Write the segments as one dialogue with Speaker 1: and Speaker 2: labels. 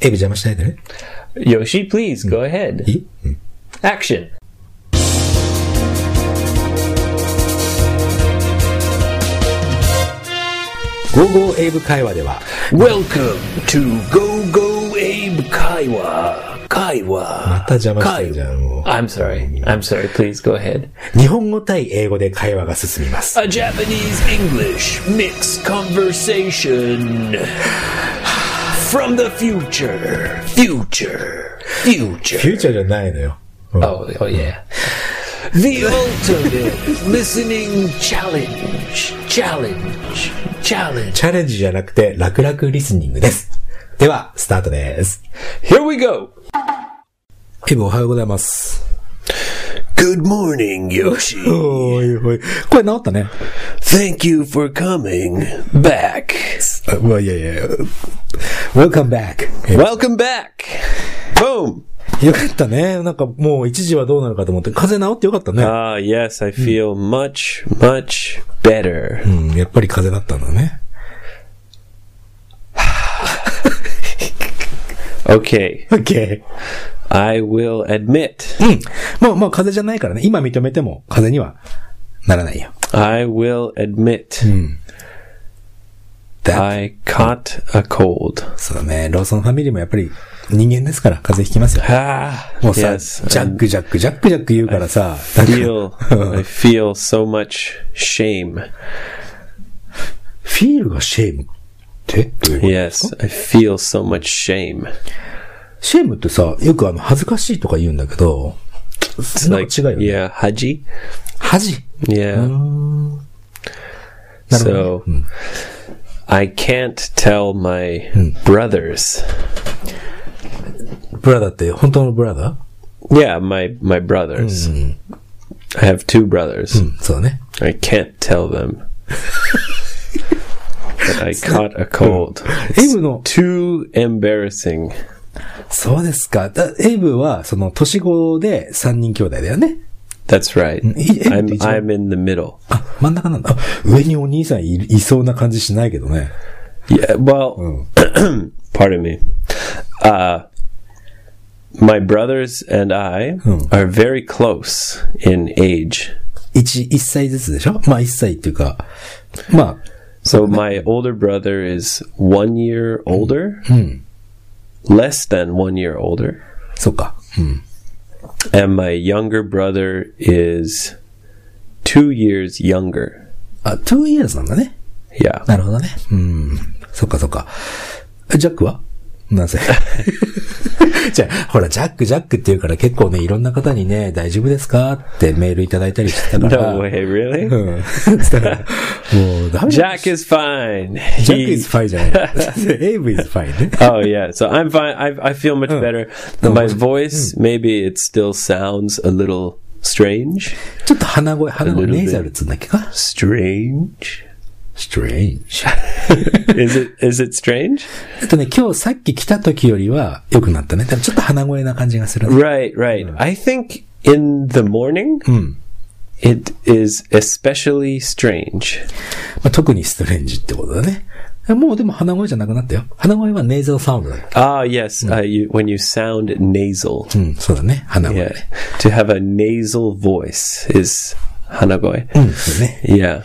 Speaker 1: エビ邪魔しないでね。
Speaker 2: Yoshi, please go ahead.
Speaker 1: いいうん
Speaker 2: Action.
Speaker 1: ゴーゴーエイブ会話では、
Speaker 2: Welcome to Go Go Abe Kaiwa.
Speaker 1: ま
Speaker 2: Kaiwa.
Speaker 1: た邪魔してるじゃん、も
Speaker 2: I'm sorry. I'm sorry. Please go ahead.
Speaker 1: う。日本語対英語で会話が進みます。
Speaker 2: A Japanese English mixed conversation from the future. Future.
Speaker 1: フ
Speaker 2: Future.
Speaker 1: ューチャーじゃないのよ。
Speaker 2: Oh, oh yeah. The ultimate listening challenge. Challenge. Challenge.
Speaker 1: チャレンジじゃなくて、楽々リスニングです。では、スタートです。
Speaker 2: Here we go.
Speaker 1: エイブおはようございます。
Speaker 2: Good morning, Yoshi.
Speaker 1: おーいおい。これ治ったね。
Speaker 2: Thank you for coming back.
Speaker 1: あまあ、いやいやいや。Welcome back.
Speaker 2: Welcome back. Boom.
Speaker 1: よかったね。なんかもう一時はどうなるかと思って、風邪治ってよかったね。
Speaker 2: Ah, yes, I feel much, much better.
Speaker 1: うん、やっぱり風邪だったんだね。
Speaker 2: Okay,
Speaker 1: OK。
Speaker 2: I will admit,
Speaker 1: うん。まあまあ風邪じゃないからね。今認めても風邪にはならないよ。
Speaker 2: I will admit,
Speaker 1: うん。だ
Speaker 2: I caught a cold.
Speaker 1: そうだね。ローソンファミリーもやっぱり人間ですから風邪ひきますよ。
Speaker 2: Ah,
Speaker 1: もうさ、
Speaker 2: yes,
Speaker 1: ジャ
Speaker 2: I
Speaker 1: ックジャックジャックジャック言うからさ、 なんか
Speaker 2: feel, I feel so much shame.
Speaker 1: フィールがシェームってどういうこと
Speaker 2: Yes, I feel so much shame.
Speaker 1: シェームってさ、よくあの、恥ずかしいとか言うんだけど、
Speaker 2: It's
Speaker 1: なんか違うよね。
Speaker 2: yeah, haji.
Speaker 1: 恥
Speaker 2: Yeah.
Speaker 1: Um, なるほどね。
Speaker 2: So
Speaker 1: Hmm.
Speaker 2: I can't tell my brothers.
Speaker 1: ブラダーって本当のブラダ
Speaker 2: Yeah, my my brothers.
Speaker 1: Hmm.
Speaker 2: I have two brothers.
Speaker 1: ーうん、そうだね。
Speaker 2: I can't tell them. that I caught a cold.
Speaker 1: エイブの、
Speaker 2: Too embarrassing.
Speaker 1: そうですか。だエイブは、その、年子で3人兄弟だよね。
Speaker 2: That's right.
Speaker 1: he- Hmm.
Speaker 2: I'm
Speaker 1: did you-
Speaker 2: I'm in the middle.
Speaker 1: あ、真ん中なんだ。あ上にお兄さんいいそうな感じしないけどね。
Speaker 2: Yeah,
Speaker 1: Hmm.
Speaker 2: well, pardon me. Uh, my brothers and I
Speaker 1: Hmm.
Speaker 2: are very close in age.
Speaker 1: 1、1歳ずつでしょまあ1歳っていうか、ま
Speaker 2: So my older brother is one year older, less than one year older,
Speaker 1: あ、そうか。うん。
Speaker 2: and my younger brother is two years younger.
Speaker 1: あ、2 years なんだね。
Speaker 2: Yeah.
Speaker 1: なるほどね。うん。そっかそっか。えジャックはなぜ じゃあ、ほら、ジャック、ジャックって言うから結構ね、いろんな方にね、大丈夫ですかってメールいた だいたりしてたから
Speaker 2: No。way, really?
Speaker 1: うん。だから、もう、ダメだ
Speaker 2: Jack is fine.
Speaker 1: ジャッ
Speaker 2: He-
Speaker 1: ク is fine じゃない。 エイブ is fine ね。
Speaker 2: oh yeah so i'm fine i, I feel much
Speaker 1: Oh.
Speaker 2: better my voice
Speaker 1: Hmm.
Speaker 2: maybe it still sounds a little strange
Speaker 1: ちょっと鼻声、鼻声、
Speaker 2: A little bit.
Speaker 1: ネイザルっつうんだっけか
Speaker 2: strange
Speaker 1: ?strange。
Speaker 2: is it is it strange
Speaker 1: えっとね、今日さっき来た時よりは良くなったね。でもちょっと鼻声な感じがするね。
Speaker 2: right right i think in the morning it is especially strange
Speaker 1: まあ、特にストレンジってことだね。もうでも鼻声じゃなくなったよ。鼻声はネイザルサウンドだよ。
Speaker 2: ah yes uh, you, when you sound nasal
Speaker 1: うん、そうだね。鼻声。
Speaker 2: yeah to have a nasal voice is hanagoi
Speaker 1: うん、そうだね。
Speaker 2: yeah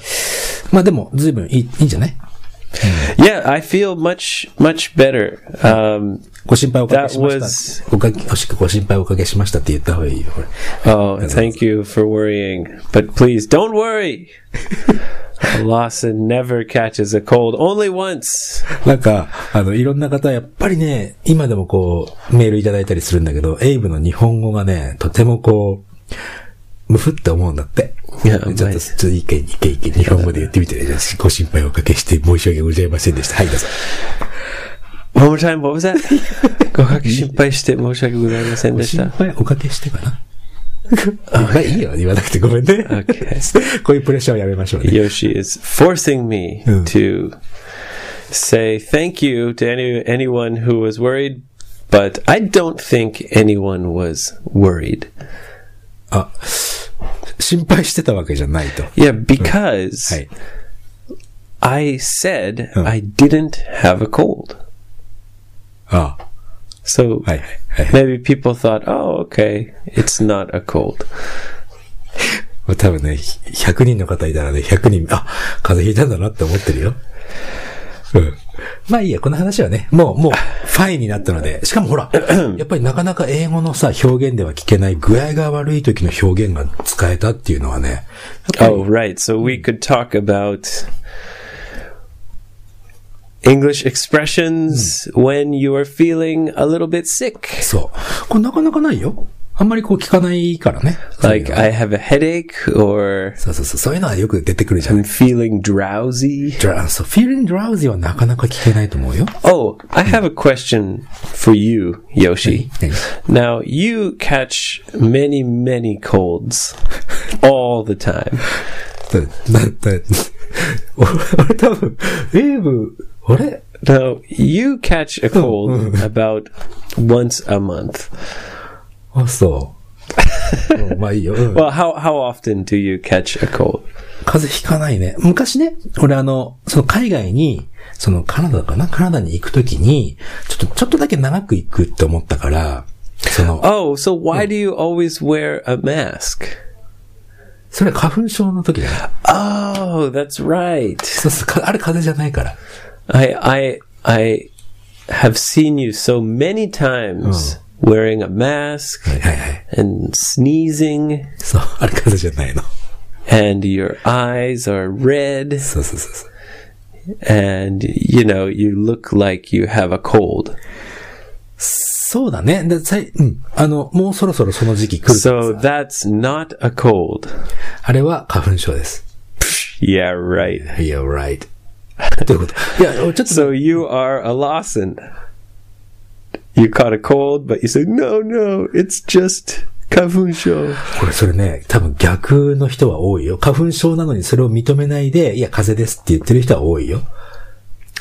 Speaker 1: まあでも、随分いい、いいんじゃない
Speaker 2: yeah i feel much much better um
Speaker 1: ご心配おかけしました。
Speaker 2: That
Speaker 1: おかけ、おしご心配おかけしましたって言った方がいいよ、これ。
Speaker 2: Oh, thank you for worrying. But please don't worry. Lawson never catches a cold. Only once.
Speaker 1: なんか、あの、いろんな方、やっぱりね、今でもこう、メールいただいたりするんだけど、エイブの日本語がね、とてもこう、むふって思うんだって。
Speaker 2: いや
Speaker 1: ちょっと、ちょ
Speaker 2: ま
Speaker 1: っ
Speaker 2: あ
Speaker 1: と一回、一回、一回、日本語で言ってみてね、じゃあご心配をおかけして申し訳ございませんでした。はい、どうぞ。
Speaker 2: One more time, what was that? ごかけ心配して申し訳ございません
Speaker 1: ご
Speaker 2: でし
Speaker 1: 心
Speaker 2: た。
Speaker 1: 配おかけしてかな。 まあいいよ、言わなくてごめんね。
Speaker 2: Okay.
Speaker 1: こういうプレッシャーをやめましょうね。
Speaker 2: Yoshi is forcing me to say thank you to any, anyone who was worried, but I don't think anyone was worried.
Speaker 1: あ、心配してたわけじゃないと。は
Speaker 2: Yeah, because
Speaker 1: い。
Speaker 2: I said
Speaker 1: Oh.
Speaker 2: I didn't have a cold.
Speaker 1: ああ
Speaker 2: So
Speaker 1: はいはいはい。
Speaker 2: maybe people thought, oh, okay, it's not a cold.
Speaker 1: まあ多分ね、100人の方いたらね、100人、あ、風邪ひいたんだなって思ってるよ。うん。まあいいや、この話はね、もう、もう、ファインになったので、しかもほら、やっぱりなかなか英語のさ、表現では聞けない具合が悪い時の表現が使えたっていうのはね、
Speaker 2: Oh, right. So we could talk about English expressions when you are feeling a little bit sick.
Speaker 1: そう。これなかなかないよ。あんまりこう聞かないからね。
Speaker 2: Like, I have a headache or
Speaker 1: そうそうそう、そういうのはよく出てくるじゃん。
Speaker 2: I'm feeling drowsy.
Speaker 1: ドラそう、feeling drowsy はなかなか聞けないと思うよ。
Speaker 2: Oh, I have a question for you, Yoshi.
Speaker 1: Hey, hey.
Speaker 2: Now, you catch many, many colds all the time.
Speaker 1: だ、だ、だ、俺多分、ウェーブ、あれ
Speaker 2: Now, you catch a cold about once a month.
Speaker 1: あ、そう。うんまあいいよ。うん
Speaker 2: Well, how, how often do you catch a cold?
Speaker 1: 風邪ひかないね。昔ね、俺あの、その海外に、そのカナダかなカナダに行くときに、ちょっと、ちょっとだけ長く行くって思ったから、その、
Speaker 2: Oh, so why do you always wear a mask?
Speaker 1: それは花粉症の時だよ。
Speaker 2: Oh, that's right.
Speaker 1: そうそう、かあれ風邪じゃないから。
Speaker 2: I I I have seen you so many times wearing a mask
Speaker 1: はいはいはい。
Speaker 2: and sneezing
Speaker 1: そう、あれ風邪じゃないの。
Speaker 2: and your eyes are red
Speaker 1: そうそうそうそう。
Speaker 2: and you know you look like you have a cold.
Speaker 1: そうだね。で、さい、うん。あの、もうそろそろその時期来る。
Speaker 2: So that's not a cold.
Speaker 1: あれは花粉症です。
Speaker 2: Yeah, right.
Speaker 1: You're right. どういうこといや、ちょっと
Speaker 2: So you are a Lawson. You caught a cold, but you said, no, no, it's just Kavusho.
Speaker 1: これそれね、多分逆の人は多いよ。花粉症なのにそれを認めないで、いや、風邪ですって言ってる人は多いよ。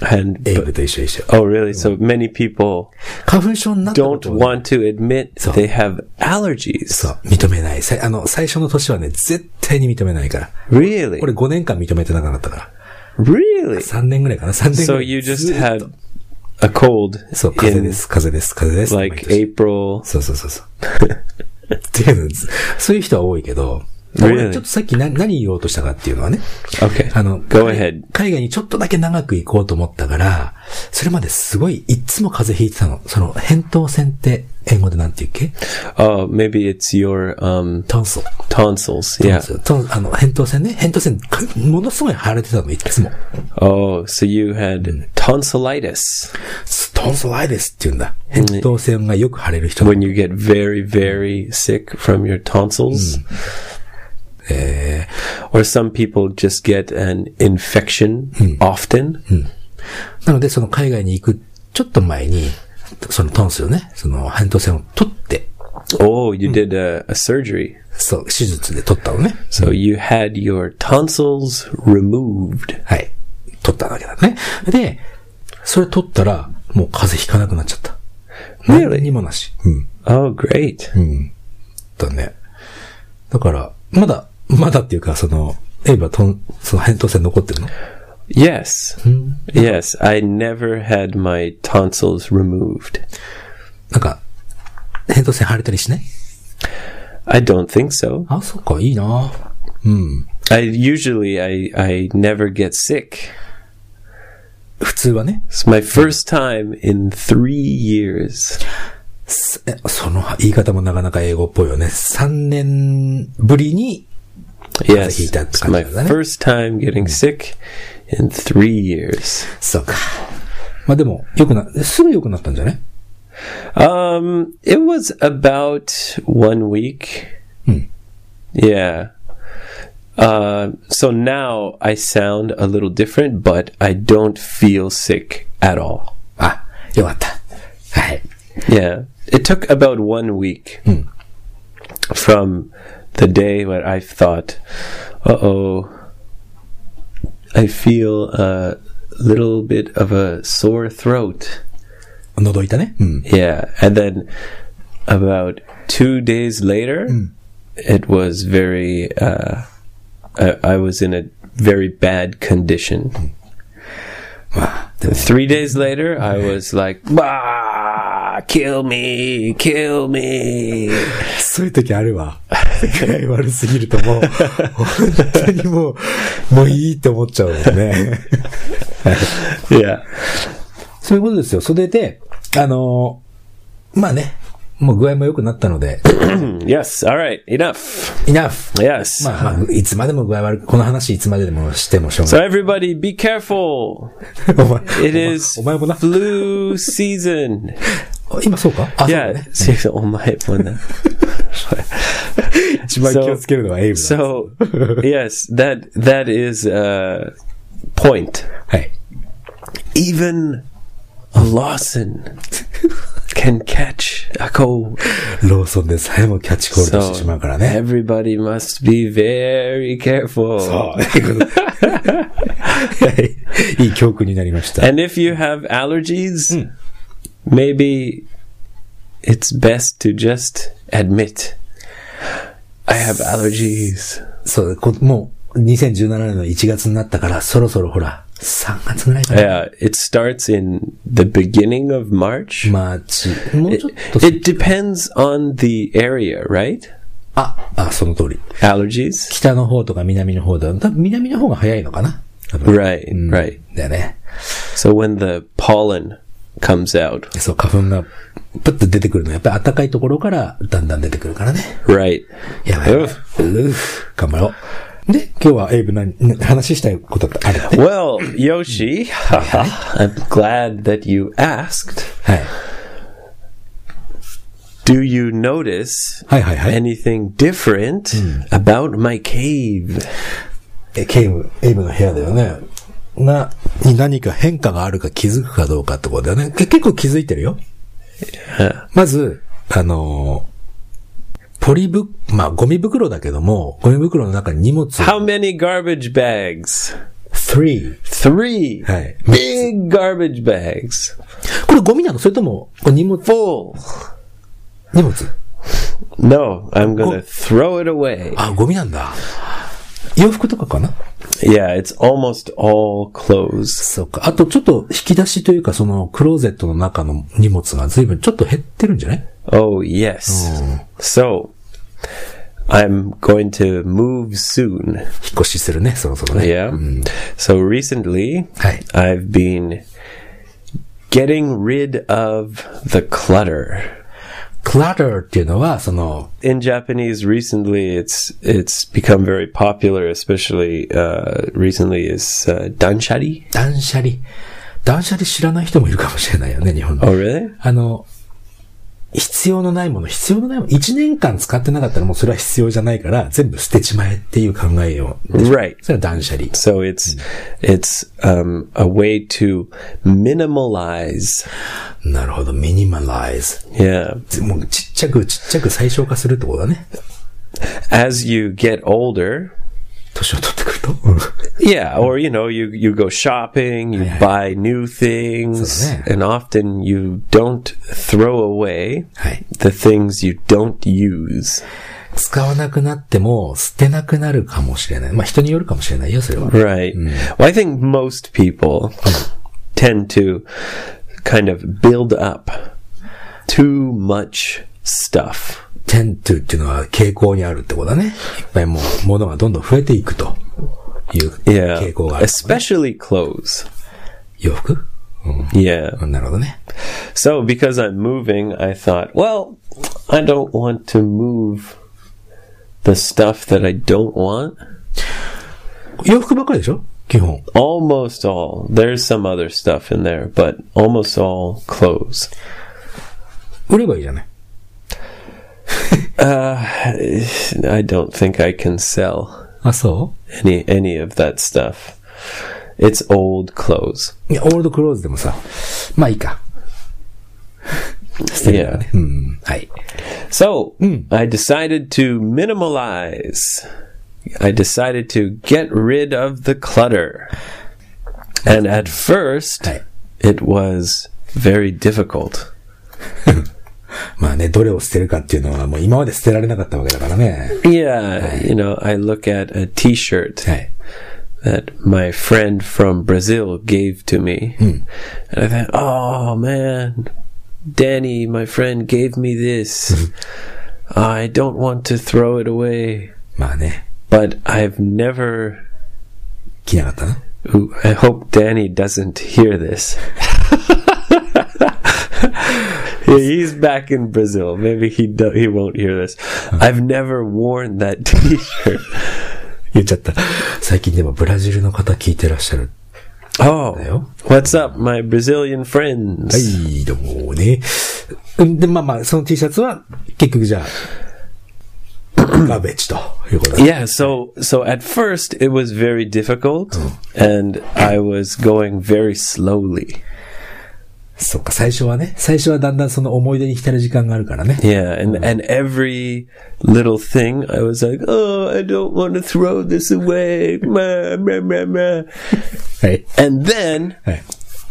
Speaker 2: And,
Speaker 1: エイ
Speaker 2: but,
Speaker 1: ブと一緒一緒。
Speaker 2: oh, really? So many people
Speaker 1: 花粉症になったこ
Speaker 2: don't
Speaker 1: とを
Speaker 2: want to admit
Speaker 1: So-
Speaker 2: they have allergies.
Speaker 1: そう、認めない。さいあの、最初の年はね、絶対に認めないから。
Speaker 2: Really?
Speaker 1: これ5年間認めてなかったから。
Speaker 2: Really?
Speaker 1: 3年ぐらいかな ?3 年ぐ
Speaker 2: So
Speaker 1: らい。
Speaker 2: you just had a cold
Speaker 1: そう、風邪
Speaker 2: in
Speaker 1: です、風邪です、風邪です。毎
Speaker 2: like
Speaker 1: 年
Speaker 2: April.
Speaker 1: そうそうそうそう。っていうの、ずそういう人は多いけど、
Speaker 2: Really?
Speaker 1: 俺ちょっとさっき何何言おうとしたかっていうのはね、
Speaker 2: Okay.
Speaker 1: あの、
Speaker 2: Go ahead.
Speaker 1: 海外にちょっとだけ長く行こうと思ったから、それまですごい、いっつも風邪ひいてたの。その、扁桃腺って、英語でなんて言うっけ
Speaker 2: Oh, maybe it's your um,
Speaker 1: トンソ。
Speaker 2: tonsils. Yeah.
Speaker 1: トン、あの、扁桃腺ね。扁桃腺、かものすごい腫れてたの、いっつも。
Speaker 2: Oh, so you had tonsillitis.
Speaker 1: トンソライデスって言うんだ。扁桃腺がよく腫れる人の。
Speaker 2: when you get very, very sick from your tonsils.
Speaker 1: え
Speaker 2: Or some people just get an infection often.
Speaker 1: ーなので、その海外に行く、ちょっと前に、そのトンスよね、その扁桃腺を取って、
Speaker 2: Oh, you did a, a surgery.
Speaker 1: そう、手術で取ったのね。
Speaker 2: So you had your tonsils removed.
Speaker 1: はい。取ったわけだね。で、それ取ったら、もう風邪ひかなくなっちゃった。
Speaker 2: Really？
Speaker 1: 何にもなし。うん。
Speaker 2: Oh, great.
Speaker 1: だね。だから、まだ、まだっていうか、その、エイブはとん、その扁桃腺残ってるの
Speaker 2: Yes. Yes, I never had my tonsils removed.
Speaker 1: なんか、扁桃腺腫れたりしない
Speaker 2: I don't think so.
Speaker 1: あ、そっか、いいなうん。
Speaker 2: I usually I I never get sick.
Speaker 1: 普通はね、
Speaker 2: It's my first time in 3 years.
Speaker 1: すえその言い方もなかなか英語っぽいよね。3年ぶりに、
Speaker 2: Yes,
Speaker 1: He did
Speaker 2: it's my
Speaker 1: kind of that.
Speaker 2: first time getting sick in three years.
Speaker 1: そうか。まあでも、良くな、すぐ良くなったんじゃない
Speaker 2: Um, it was about one week. Yeah. Uh, so now I sound a little different, but I don't feel sick at all.
Speaker 1: あ、よかった。はい。
Speaker 2: Yeah, it took about one week from the day when I thought, "Uh oh, I feel a little bit of a sore throat."
Speaker 1: 喉痛ね。うん。
Speaker 2: Yeah, and then about two days later, it was very. Uh, I, I was in a very bad condition.
Speaker 1: ままあ、でも、
Speaker 2: Three days later, I was like, "Bah, kill me, kill me."
Speaker 1: そういう時あるわ。世界悪すぎるともう、本当にもう、もういいって思っちゃうもんね。
Speaker 2: Yeah.
Speaker 1: そういうことですよ。それで、あのーまあね、もう具合も良くなったので、
Speaker 2: Yes. All right. Enough.
Speaker 1: enough!
Speaker 2: Yes.
Speaker 1: まあまあ、いつまでも具合悪く、この話いつまででもしてもしょう
Speaker 2: So everybody, be careful.
Speaker 1: がない。お前
Speaker 2: It is
Speaker 1: お前もな。
Speaker 2: flu season.
Speaker 1: 今そうかあ、そうだ
Speaker 2: Yeah.
Speaker 1: ね。
Speaker 2: seriously, Oh my. when the-
Speaker 1: 一番気をつけるのはエイブだ。
Speaker 2: So yes, that that is a point.
Speaker 1: はい。
Speaker 2: Even a Lawson can catch a cold.
Speaker 1: ローソンでさえもキャッチコールとしてしまうからね。
Speaker 2: everybody must be very careful.
Speaker 1: そういうことはい いい教訓になりました。
Speaker 2: And if you have allergies, maybe it's best to just admit I have allergies.
Speaker 1: そう、こもう、2017年の1月になったから、そろそろほら、3月ぐらいかな。
Speaker 2: Yeah, it starts in the beginning of March.
Speaker 1: マーチ。もう
Speaker 2: It,
Speaker 1: ちょっと、
Speaker 2: it depends on the area, right?
Speaker 1: あ、あ、その通り。
Speaker 2: Allergies.
Speaker 1: 北の方とか南の方だ。多分南の方が早いのかな。多分
Speaker 2: Right,
Speaker 1: うん
Speaker 2: right.
Speaker 1: だよね。
Speaker 2: So when the pollen comes out,
Speaker 1: そう、花粉が、プッと出てくるの。やっぱり暖かいところから、だんだん出てくるからね。
Speaker 2: right?
Speaker 1: やばい。
Speaker 2: う
Speaker 1: う
Speaker 2: っ
Speaker 1: ふ頑張ろう。で、今日はエイブ何、話したいことってあるよね。
Speaker 2: Well, Yoshi, I'm glad that you asked.
Speaker 1: はい。
Speaker 2: Do you notice
Speaker 1: はいはいはい。
Speaker 2: anything different about my cave?
Speaker 1: え、ケイブ、エイブの部屋だよね。な、に何か変化があるか気づくかどうかってことだよね。け結構気づいてるよ。まず、あのーポリブ、まあ、ゴミ袋だけども、ゴミ袋の中に荷物
Speaker 2: How many garbage bags?
Speaker 1: 3。
Speaker 2: Three
Speaker 1: はい。
Speaker 2: big garbage bags
Speaker 1: これゴミなのそれとも、これ荷物、
Speaker 2: full.
Speaker 1: 荷物
Speaker 2: No, I'm gonna throw it away.
Speaker 1: あ、ゴミなんだ。洋服とかかな
Speaker 2: Yeah, it's almost all clothes.
Speaker 1: そうか。あと、ちょっと引き出しというか、その、クローゼットの中の荷物が随分ちょっと減ってるんじゃない
Speaker 2: Oh, yes. So, I'm going to move soon.
Speaker 1: 引っ越しするね、そろそろね。
Speaker 2: Yeah. So recently,
Speaker 1: はい。
Speaker 2: I've been getting rid of the clutter.
Speaker 1: clutter っていうのは、その、
Speaker 2: In Japanese, recently it's it's become very popular, especially uh, recently is uh, danshari.
Speaker 1: 断捨離。断捨離知らない人もいるかもしれないよね、日本で。
Speaker 2: Oh, really?
Speaker 1: あの、必要のないもの、必要のないもの、1年間使ってなかったらもうそれは必要じゃないから、全部捨てちまえっていう考えを。
Speaker 2: Right.
Speaker 1: それは断捨離。
Speaker 2: So it's it's um, a way to minimalize.
Speaker 1: なるほど、ミニマライズ。
Speaker 2: Yeah.
Speaker 1: もうちっちゃくちっちゃく最小化するってことだね。
Speaker 2: As you get older,
Speaker 1: 年を取ってくると。うん
Speaker 2: Yeah, or you know, you you go shopping, you buy new things,
Speaker 1: そうだね。
Speaker 2: and often you don't throw away
Speaker 1: はい。
Speaker 2: the things you don't use.
Speaker 1: 使わなくなっても捨てなくなるかもしれない。まあ人によるかもしれないよ、それは。
Speaker 2: Right. Well, I think most people tend to kind of build up too much stuff.
Speaker 1: tend to っていうのは傾向にあるってことだね。いっぱいもう、物がどんどん増えていくという
Speaker 2: Yeah.
Speaker 1: 傾向がある。
Speaker 2: Especially clothes.
Speaker 1: 洋服
Speaker 2: Yeah.
Speaker 1: なるほどね。
Speaker 2: So because I'm moving, I thought, well, I don't want to move the stuff that I don't want.
Speaker 1: 洋服ばっかりでしょ基本。
Speaker 2: Almost all. There's some other stuff in there, but almost all clothes.
Speaker 1: 売ればいいじゃない。
Speaker 2: Uh, I don't think I can sell
Speaker 1: あ、そ
Speaker 2: any any of that stuff. It's old clothes.
Speaker 1: ういや、オールドクローズでもさ、まあいいか。捨てるからね。うん。はい。
Speaker 2: So I decided to minimalize. I decided to get rid of the clutter. And at first,
Speaker 1: Right.
Speaker 2: it was very difficult.
Speaker 1: まあね、どれを捨てるかっていうのはもう今まで捨てられなかったわけだからね。
Speaker 2: Yeah, you know, I look at a t shirt
Speaker 1: はい。
Speaker 2: that my friend from Brazil gave to me. And I thought, oh man, Danny, my friend, gave me this. I don't want to throw it away.
Speaker 1: まあね、
Speaker 2: But I've never.
Speaker 1: 来なかったな。
Speaker 2: Ooh, I hope Danny doesn't hear this. Yeah, he's back in Brazil. Maybe he do- he won't hear this. I've never worn that T-shirt.
Speaker 1: 言っちゃった。最近でもブラジルの方聞いてらっしゃる。
Speaker 2: Oh, what's up, my Brazilian friends?
Speaker 1: はい、どうもね。うんで、まあまあ、その T シャツは、結局じゃあ、 ガベチということで。
Speaker 2: yeah so so at first it was very difficult and i was going very slowly
Speaker 1: そっか、最初はね、最初はだんだんその思い出に浸る時間があるからね。
Speaker 2: yeah and and every little thing i was like oh i don't want to throw this away Meh, meh, meh, meh."
Speaker 1: はい。
Speaker 2: and then
Speaker 1: はい。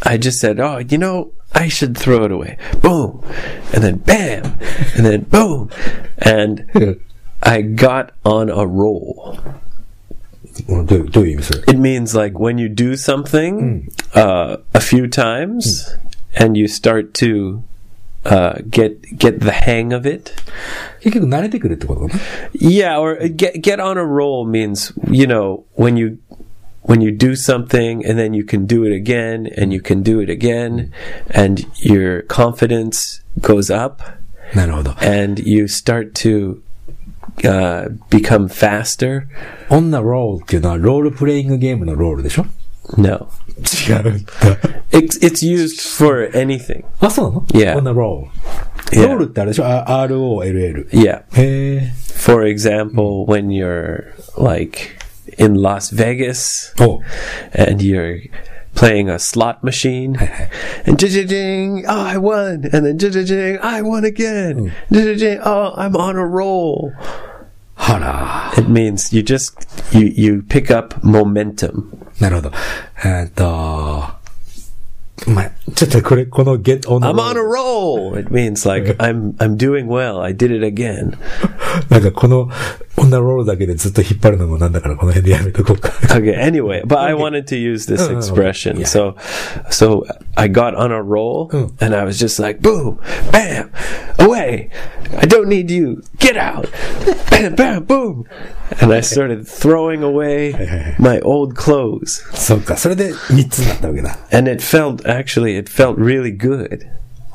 Speaker 2: i just said oh you know i should throw it away boom and then bam and then boom and i got on a roll
Speaker 1: うんどういう、どういう意味それ
Speaker 2: It means like when you do something uh, a few times and you start to uh, get get the hang of it.
Speaker 1: 結局慣れてくるってことね。
Speaker 2: Yeah, or uh, get get on a roll means you know when you when you do something and then you can do it again and you can do it again and your confidence goes up
Speaker 1: なるほど。
Speaker 2: and you start to uh, become faster.
Speaker 1: on the roll っていうのはロールプレイングゲームのロールでしょ
Speaker 2: No,
Speaker 1: 違うんだ。
Speaker 2: it's it's used for anything.
Speaker 1: あ、そうなの
Speaker 2: Yeah.
Speaker 1: on the roll.
Speaker 2: Yeah.
Speaker 1: ロールってあれでしょあ ?ROLL。
Speaker 2: Yeah.
Speaker 1: へえ。
Speaker 2: For example, when you're like in Las Vegas
Speaker 1: お
Speaker 2: and you're playing a slot machine and ding ding oh I won and then ding ding I won again ding ding oh I'm on a roll
Speaker 1: はら。
Speaker 2: it means you just you you pick up momentum
Speaker 1: なるほど。えーっと、まあ、ちょっとこれ、この get on the
Speaker 2: I'm on a
Speaker 1: roll。
Speaker 2: roll it means like I'm I'm doing well I did it again
Speaker 1: なんかこの on the roll だけでずっと引っ張るのもなんだからこの辺でやめとこうか。
Speaker 2: okay anyway but i wanted to use this
Speaker 1: no, no.
Speaker 2: expression
Speaker 1: Yeah.
Speaker 2: so so i got on a roll
Speaker 1: Mm.
Speaker 2: and i was just like boom bam away i don't need you get out bam bam boom and i started throwing away my old clothes
Speaker 1: そうか。それで3つになったわけだ。
Speaker 2: and it felt actually it felt really good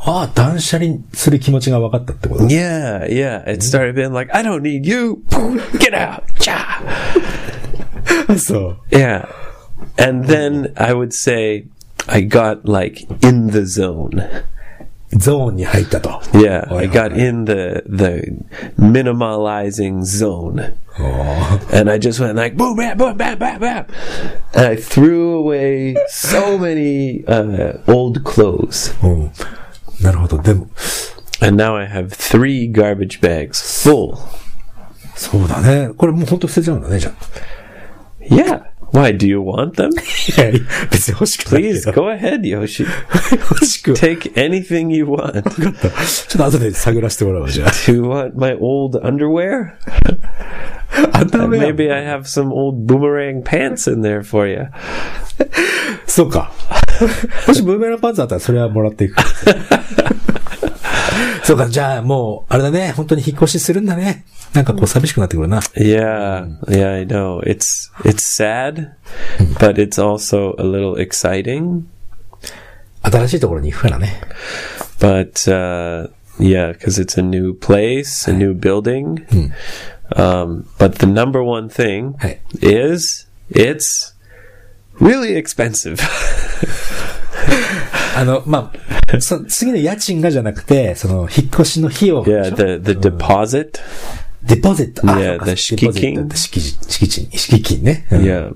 Speaker 1: ああ、断捨離する気持ちが分かったってことね。
Speaker 2: yeah yeah it started being like i don't need you Boom, get out Cha.
Speaker 1: そう。
Speaker 2: yeah and then i would say i got like in the zone
Speaker 1: ゾーンに入ったと。
Speaker 2: Yeah,
Speaker 1: Oh,
Speaker 2: I
Speaker 1: yeah.
Speaker 2: got in the the minimalizing zone,
Speaker 1: おー
Speaker 2: and I just went like boom, bam, boom, bam, bam, bam, and I threw away so many uh, old clothes,
Speaker 1: うん。なるほど。でも、
Speaker 2: and now I have three garbage bags full.
Speaker 1: そうだね。これもう本当捨てちゃうんだね、じゃあ。
Speaker 2: Yeah, why do you want them?
Speaker 1: いや、別 に欲しくないけ
Speaker 2: Please
Speaker 1: ど。
Speaker 2: go ahead, Yoshi.
Speaker 1: 欲しくは。ちょ
Speaker 2: Take anything you want.
Speaker 1: っと後で探らせてもらおう、じゃ あ。
Speaker 2: Do you want my old underwear?
Speaker 1: あんた
Speaker 2: Maybe I have some old boomerang pants in there for you.
Speaker 1: そうか。 もしブーメランパンツあったらそれはもらっていく。 そうか、じゃあもう、あれだね。本当に引っ越しするんだね。なんかこう寂しくなってくるな。
Speaker 2: Yeah, yeah, I know. It's it's sad, but it's also a little exciting.
Speaker 1: 新しいところに行くからね。
Speaker 2: But uh, yeah, because it's a new place, a new building. Um, but the number one thing
Speaker 1: Hmm. Hey.
Speaker 2: is it's really expensive.
Speaker 1: あの、まあ、そ次の家賃がじゃなくて、その、引っ越しの費用
Speaker 2: yeah, the the deposit.
Speaker 1: デポゼット。あ
Speaker 2: Yeah,
Speaker 1: そうか
Speaker 2: the 敷
Speaker 1: デ
Speaker 2: 金
Speaker 1: ポゼット敷地敷地に敷金ね。うん
Speaker 2: Yeah,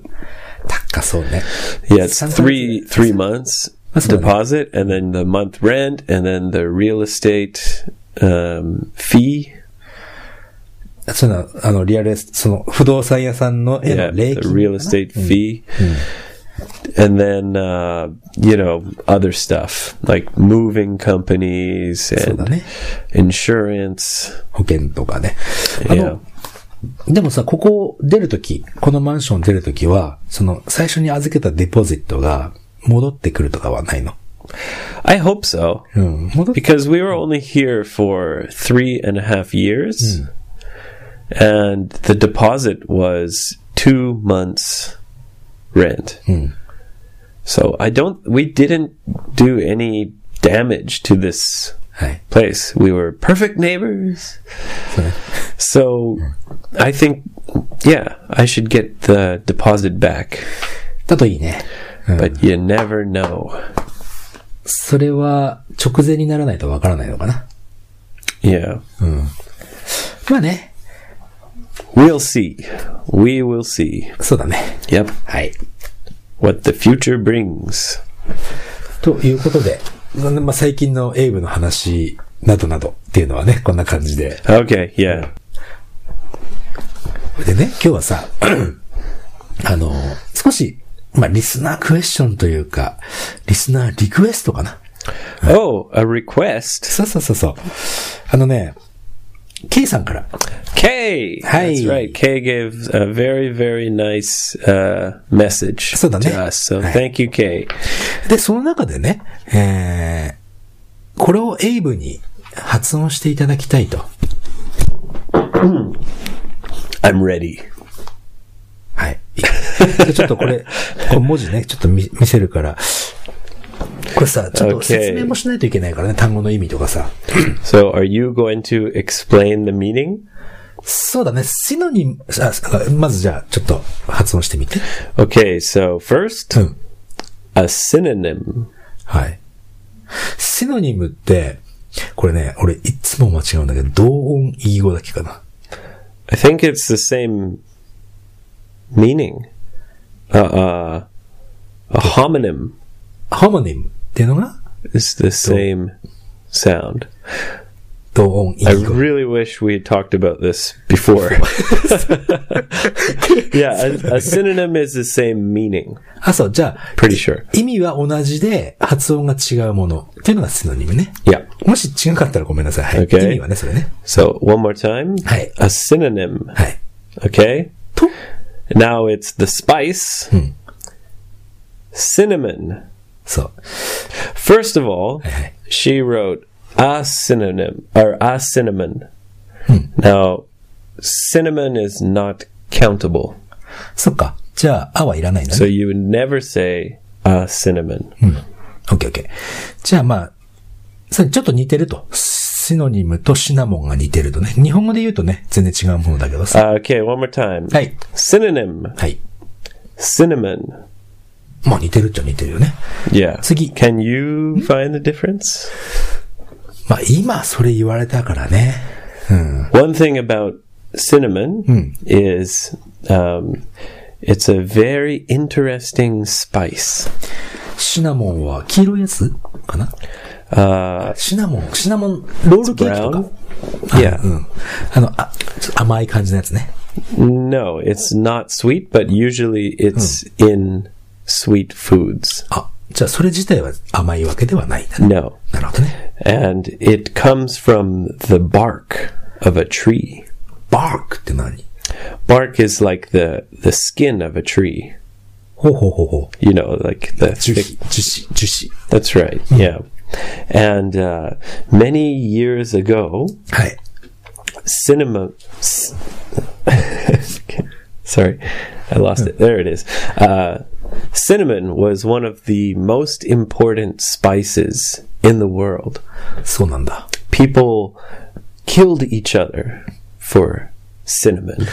Speaker 1: 高そうね。
Speaker 2: yeah, it's
Speaker 1: Hmm. Sometimes-
Speaker 2: three three months
Speaker 1: That's not bad.
Speaker 2: deposit, and then the month rent, and then the real estate um, fee.
Speaker 1: そういうのは、あの、リアルエス、その、不動産屋さんのへ
Speaker 2: yeah,
Speaker 1: の礼
Speaker 2: the
Speaker 1: 金。
Speaker 2: real estate
Speaker 1: Mm.
Speaker 2: fee, and then uh, you know other stuff like moving companies
Speaker 1: そうだ
Speaker 2: and
Speaker 1: ね。
Speaker 2: insurance.
Speaker 1: 保険とかね。あ
Speaker 2: Yeah,
Speaker 1: の、でもさ、ここを出るとき、このマンション出るときは、その、最初に預けたデポジットが戻ってくるとかはないの
Speaker 2: I hope so.
Speaker 1: うん。戻って、
Speaker 2: Because we were only here for three and a half years, and the deposit was two months' rent. So I don't. We didn't do any damage to this
Speaker 1: はい。
Speaker 2: place. We were perfect neighbors.
Speaker 1: Sorry.
Speaker 2: So I think, yeah, I should get the deposit back.
Speaker 1: だといいね。
Speaker 2: But you never know.
Speaker 1: それは、直前にならないとわからないのかな。
Speaker 2: Yeah.
Speaker 1: まあね。
Speaker 2: We'll see. We will see.
Speaker 1: そうだね。
Speaker 2: Yep.
Speaker 1: はい。
Speaker 2: What the future brings.
Speaker 1: ということで、まあ、最近のエイブの話などなどっていうのはね、こんな感じで。
Speaker 2: Okay, yeah.
Speaker 1: でね、今日はさ、 あの、少し、まあ、リスナークエスチョンというか、リスナーリクエストかな。
Speaker 2: Oh, a request.
Speaker 1: そうそうそうそう。あのね、K さんから。
Speaker 2: Kay. That's
Speaker 1: Hey.
Speaker 2: right. Kay gave a very, very nice uh, message
Speaker 1: So the
Speaker 2: to
Speaker 1: ne-
Speaker 2: us. So
Speaker 1: Hey.
Speaker 2: thank you, Kay.
Speaker 1: で、その中でね、えー、これをエイブに発音していただきたいと。
Speaker 2: I'm ready.
Speaker 1: はい。でちょっとこれ、これ文字ね、ちょっと見見せるから。これさ、ちょっと
Speaker 2: Okay.
Speaker 1: 説明もしないといけないからね、単語の意味とかさ。
Speaker 2: So are you going to explain the meaning?
Speaker 1: そうだね、シノニム、ああまずじゃあ、ちょっと発音してみて。
Speaker 2: Okay, so first,
Speaker 1: うん。
Speaker 2: a synonym.
Speaker 1: はい。シノニムって、これね、俺いつも間違うんだけど、同音異義語だけかな。
Speaker 2: I think it's the same meaning. Uh, uh, a homonym
Speaker 1: ホモニムっていうのが、
Speaker 2: is the same sound.
Speaker 1: 同音異
Speaker 2: I
Speaker 1: 義語。
Speaker 2: really wish we had talked about this before. yeah, a, a synonym is the same meaning.
Speaker 1: あ、そう、じゃあ、
Speaker 2: Pretty sure.
Speaker 1: 意味は同じで、発音が違うものっていうのがシノニムね。
Speaker 2: Yeah.
Speaker 1: もし違かったらごめんなさい。はい。
Speaker 2: Okay.
Speaker 1: 意味はね、それね。
Speaker 2: So one more time.
Speaker 1: Hey.
Speaker 2: A synonym.
Speaker 1: はい。
Speaker 2: Okay.
Speaker 1: と、
Speaker 2: Now it's the spice. Cinnamon.
Speaker 1: そう。
Speaker 2: First of all,
Speaker 1: Hey.
Speaker 2: she wrote a synonym or a cinnamon. Now, cinnamon is not countable.
Speaker 1: そっか。じゃあ、あはいらないんだ
Speaker 2: So
Speaker 1: ね。
Speaker 2: you would never say a cinnamon.
Speaker 1: オッケーオッケー。じゃあまあ、それちょっと似てると。シノニムとシナモンが似てるとね。日本語で言うとね、全然違うものだけどさ。
Speaker 2: Uh, okay, one more time.
Speaker 1: はい。
Speaker 2: Synonym.
Speaker 1: はい。
Speaker 2: Cinnamon.
Speaker 1: まあ似てるっちゃ似てるよね。
Speaker 2: Yeah.
Speaker 1: 次。
Speaker 2: Can you find the difference?
Speaker 1: まあ今それ言われたからね。
Speaker 2: One thing about cinnamon is um, it's a very interesting spice.
Speaker 1: シナモンは黄色いやつかな
Speaker 2: Uh,
Speaker 1: シナモン、シナモン、ロールケーキとか
Speaker 2: brown.。Yeah.
Speaker 1: うん。あの、あ、ちょっと甘い感じのやつね。
Speaker 2: No, it's not sweet, but usually it's in sweet foods.
Speaker 1: あ、じゃあそれ自体は甘いわけではないんだね。
Speaker 2: No.
Speaker 1: なるほどね。
Speaker 2: And it comes from the bark of a tree.
Speaker 1: バークって何
Speaker 2: Bark is like the, the skin of a tree.
Speaker 1: ほうほうほうほう。
Speaker 2: You know, like the
Speaker 1: 樹
Speaker 2: thick
Speaker 1: 皮、樹脂、樹脂。
Speaker 2: That's right. Yeah. And uh, many years ago,
Speaker 1: はい。
Speaker 2: cinema. s- Sorry, I lost it. There it is. Uh, cinnamon was one of the most important spices in the world.
Speaker 1: そうなんだ。
Speaker 2: People killed each other for cinnamon.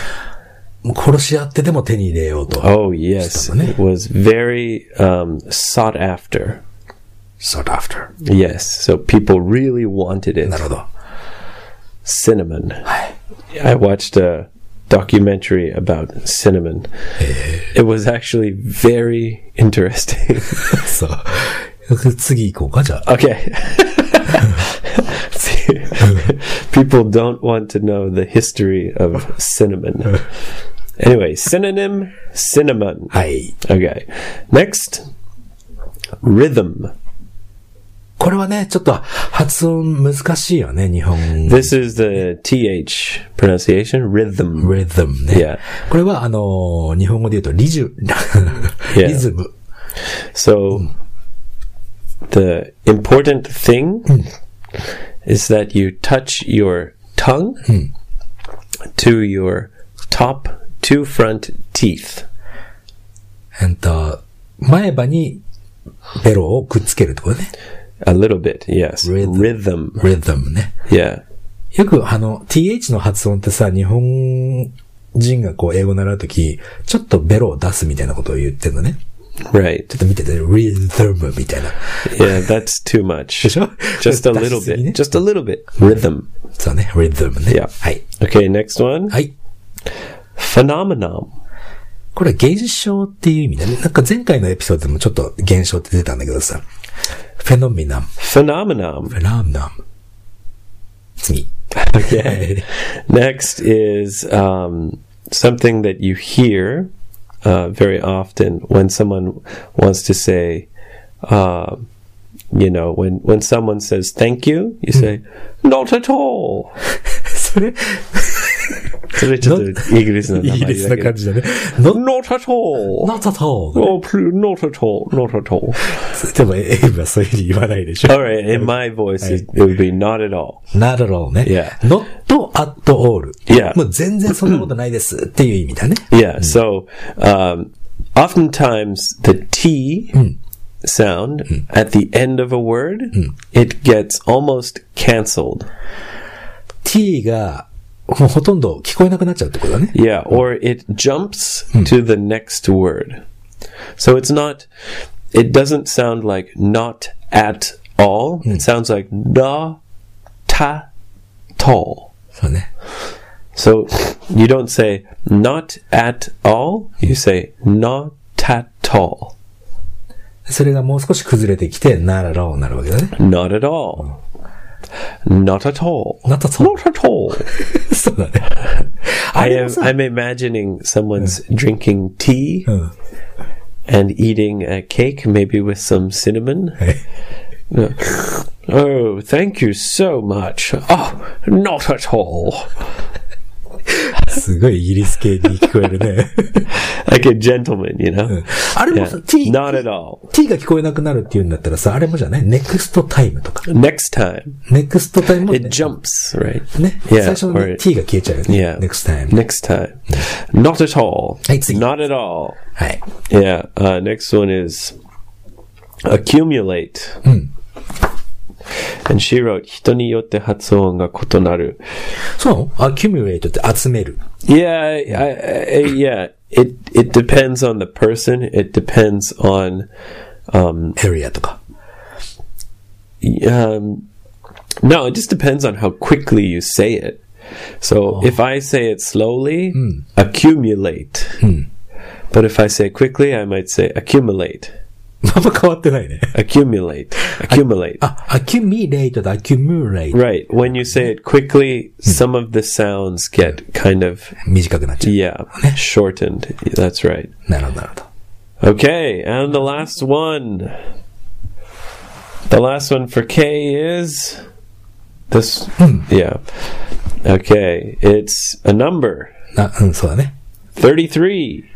Speaker 1: もう殺し合ってでも手に入れようと。
Speaker 2: Oh, yes.
Speaker 1: Cinnamon, eh?
Speaker 2: It was very um, sought after.
Speaker 1: sought after.
Speaker 2: Yes. So people really wanted it.
Speaker 1: なるほど。
Speaker 2: cinnamon. I watched a documentary about cinnamon. It was actually very interesting.
Speaker 1: そう。 次行こうか、じゃあ。
Speaker 2: okay. People don't want to know the history of cinnamon. Anyway, synonym cinnamon.
Speaker 1: はい。
Speaker 2: Okay. Next, rhythm.
Speaker 1: ここれはね、ちょっと発音難しいよね、日本。
Speaker 2: This is the TH pronunciation, rhythm.
Speaker 1: rhythm ね。
Speaker 2: Yeah.
Speaker 1: これは、あのー日本語で言うと、リジュ、
Speaker 2: Yeah.
Speaker 1: リズム。
Speaker 2: So the important thing is that you touch your tongue to your top two front teeth.
Speaker 1: えっと、前歯にベロをくっつけるってことね。
Speaker 2: A little bit, yes.
Speaker 1: Rhythm.
Speaker 2: Rhythm.
Speaker 1: rhythm ね。
Speaker 2: Yeah.
Speaker 1: よくあの、th の発音ってさ、日本人がこう英語習うとき、ちょっとベロを出すみたいなことを言ってるのね。
Speaker 2: Right.
Speaker 1: ちょっと見てて、rhythm みたいな。
Speaker 2: Yeah, that's too much.
Speaker 1: でしょ
Speaker 2: Just a little
Speaker 1: 出しすぎね
Speaker 2: bit. Just a little bit. Rhythm.
Speaker 1: そうね、rhythm ね。
Speaker 2: Yeah.
Speaker 1: はい。
Speaker 2: Okay, next one.
Speaker 1: はい。
Speaker 2: Phenomenon.
Speaker 1: これは現象っていう意味だね。なんか前回のエピソードでもちょっと現象って出たんだけどさ。フェノミナム、
Speaker 2: Phenomenon.
Speaker 1: フェラムナム。 次。
Speaker 2: Okay. Next is um, something that you hear uh, very often when someone wants to say, uh, you know, when, when someone says thank you, you say, not at all.
Speaker 1: それ、
Speaker 2: それちょっとイギリスの名前だ けど。
Speaker 1: イギリスな感じだね。not,
Speaker 2: Not at all.
Speaker 1: not at all.
Speaker 2: Oh, pl- not at all. Not at all.
Speaker 1: でも、エイブはそういうふうに言わないでしょ。
Speaker 2: All right. In my voice, it, it would be not at all.
Speaker 1: not at all ね。
Speaker 2: Yeah.
Speaker 1: not at all.
Speaker 2: Yeah.
Speaker 1: もう全然そんなことないですっていう意味だね。
Speaker 2: Yeah. So, um, oftentimes the T sound at the end of a word, it gets almost canceled.
Speaker 1: t が、もうほとんど聞こえなくなっちゃうってことだね。
Speaker 2: Yeah. Or it jumps to the next word. So it's not, it doesn't sound like not at all. It sounds like da ta tall.
Speaker 1: そうね。
Speaker 2: So you don't say not at all, you say not at all.
Speaker 1: それがもう少し崩れてきて、ならろうなるわけだね。
Speaker 2: Not at all. Not at all.
Speaker 1: Not at all.
Speaker 2: Not at all.
Speaker 1: そうだね。あ
Speaker 2: I
Speaker 1: れも
Speaker 2: am
Speaker 1: さ、
Speaker 2: I'm imagining someone's drinking tea
Speaker 1: Uh.
Speaker 2: and eating a cake, maybe with some cinnamon. No. Oh, thank you so much. Oh, not at all.
Speaker 1: すごいイギリス系に聞こえるね。
Speaker 2: Like a gentleman, you know?
Speaker 1: あれも
Speaker 2: Yeah.
Speaker 1: さ、t,
Speaker 2: Not at all.
Speaker 1: t が聞こえなくなるっていうんだったらさ、あれもじゃないネクストタイムとか。
Speaker 2: Next time.
Speaker 1: ネクストタイムもね
Speaker 2: It jumps, right?
Speaker 1: ね、
Speaker 2: Yeah,
Speaker 1: 最初の、
Speaker 2: or-
Speaker 1: ね、t が消えちゃうよね。
Speaker 2: Yeah.
Speaker 1: next time.
Speaker 2: Next time. Not at all.
Speaker 1: I see.
Speaker 2: Not at all.
Speaker 1: はい。
Speaker 2: Yeah. Uh, next one is accumulate. And she wrote, 人によって発音が異なる。
Speaker 1: そうなの accumulate って集める。
Speaker 2: Yeah, I, I, I, yeah. It it depends on the person. It depends on um,
Speaker 1: エリアとか。
Speaker 2: um no, it just depends on how quickly you say it. So if I say it slowly, accumulate. But if I say quickly, I might say accumulate.
Speaker 1: あんま変わって ないね。
Speaker 2: accumulate accumulate
Speaker 1: あ、accumulate と accumulate。
Speaker 2: right when you say it quickly some of the sounds get kind of
Speaker 1: 短くなっちゃ
Speaker 2: yeah shortened that's right
Speaker 1: う。なるほど、なるほど。
Speaker 2: okay and the last one the last one for k is this yeah okay it's a number
Speaker 1: あ、うん、そうだね。
Speaker 2: 33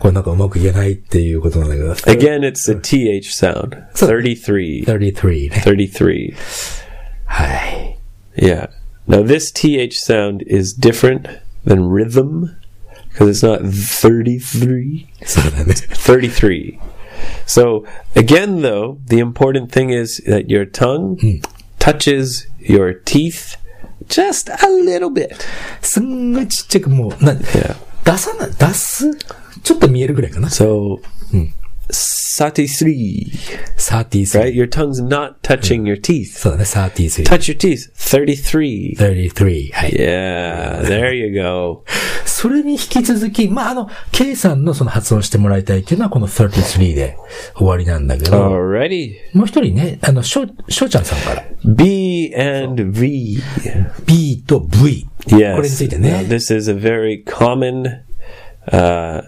Speaker 1: これなんかうまく言えないっていうことなんだけど。
Speaker 2: again it's a th sound 33
Speaker 1: 33ね。
Speaker 2: 33
Speaker 1: はい。
Speaker 2: Yeah. Now this th sound is different than rhythm because it's not 33.
Speaker 1: そうだね。
Speaker 2: 33. So again though, the important thing is that your tongue touches your teeth just a little bit.
Speaker 1: すんごいちっちゃくもう、な、
Speaker 2: Yeah.
Speaker 1: 出さな、出すちょっと見えるぐらいかな。
Speaker 2: So 33,
Speaker 1: Hmm. 33。
Speaker 2: right? Your tongue's not touching your teeth.
Speaker 1: そうだね、33。
Speaker 2: Touch your teeth. 33.
Speaker 1: 33。はい。
Speaker 2: Yeah, there you go.
Speaker 1: それに引き続き、まあ、あの、K さんのその発音してもらいたいっていうのはこの33で終わりなんだけど、
Speaker 2: Alrighty.
Speaker 1: もう一人ね、あの、しょう、しょうちゃんさんから、
Speaker 2: B and V.
Speaker 1: B と V。
Speaker 2: Yes.
Speaker 1: これについて
Speaker 2: Now,
Speaker 1: ね、
Speaker 2: this is a very common uh,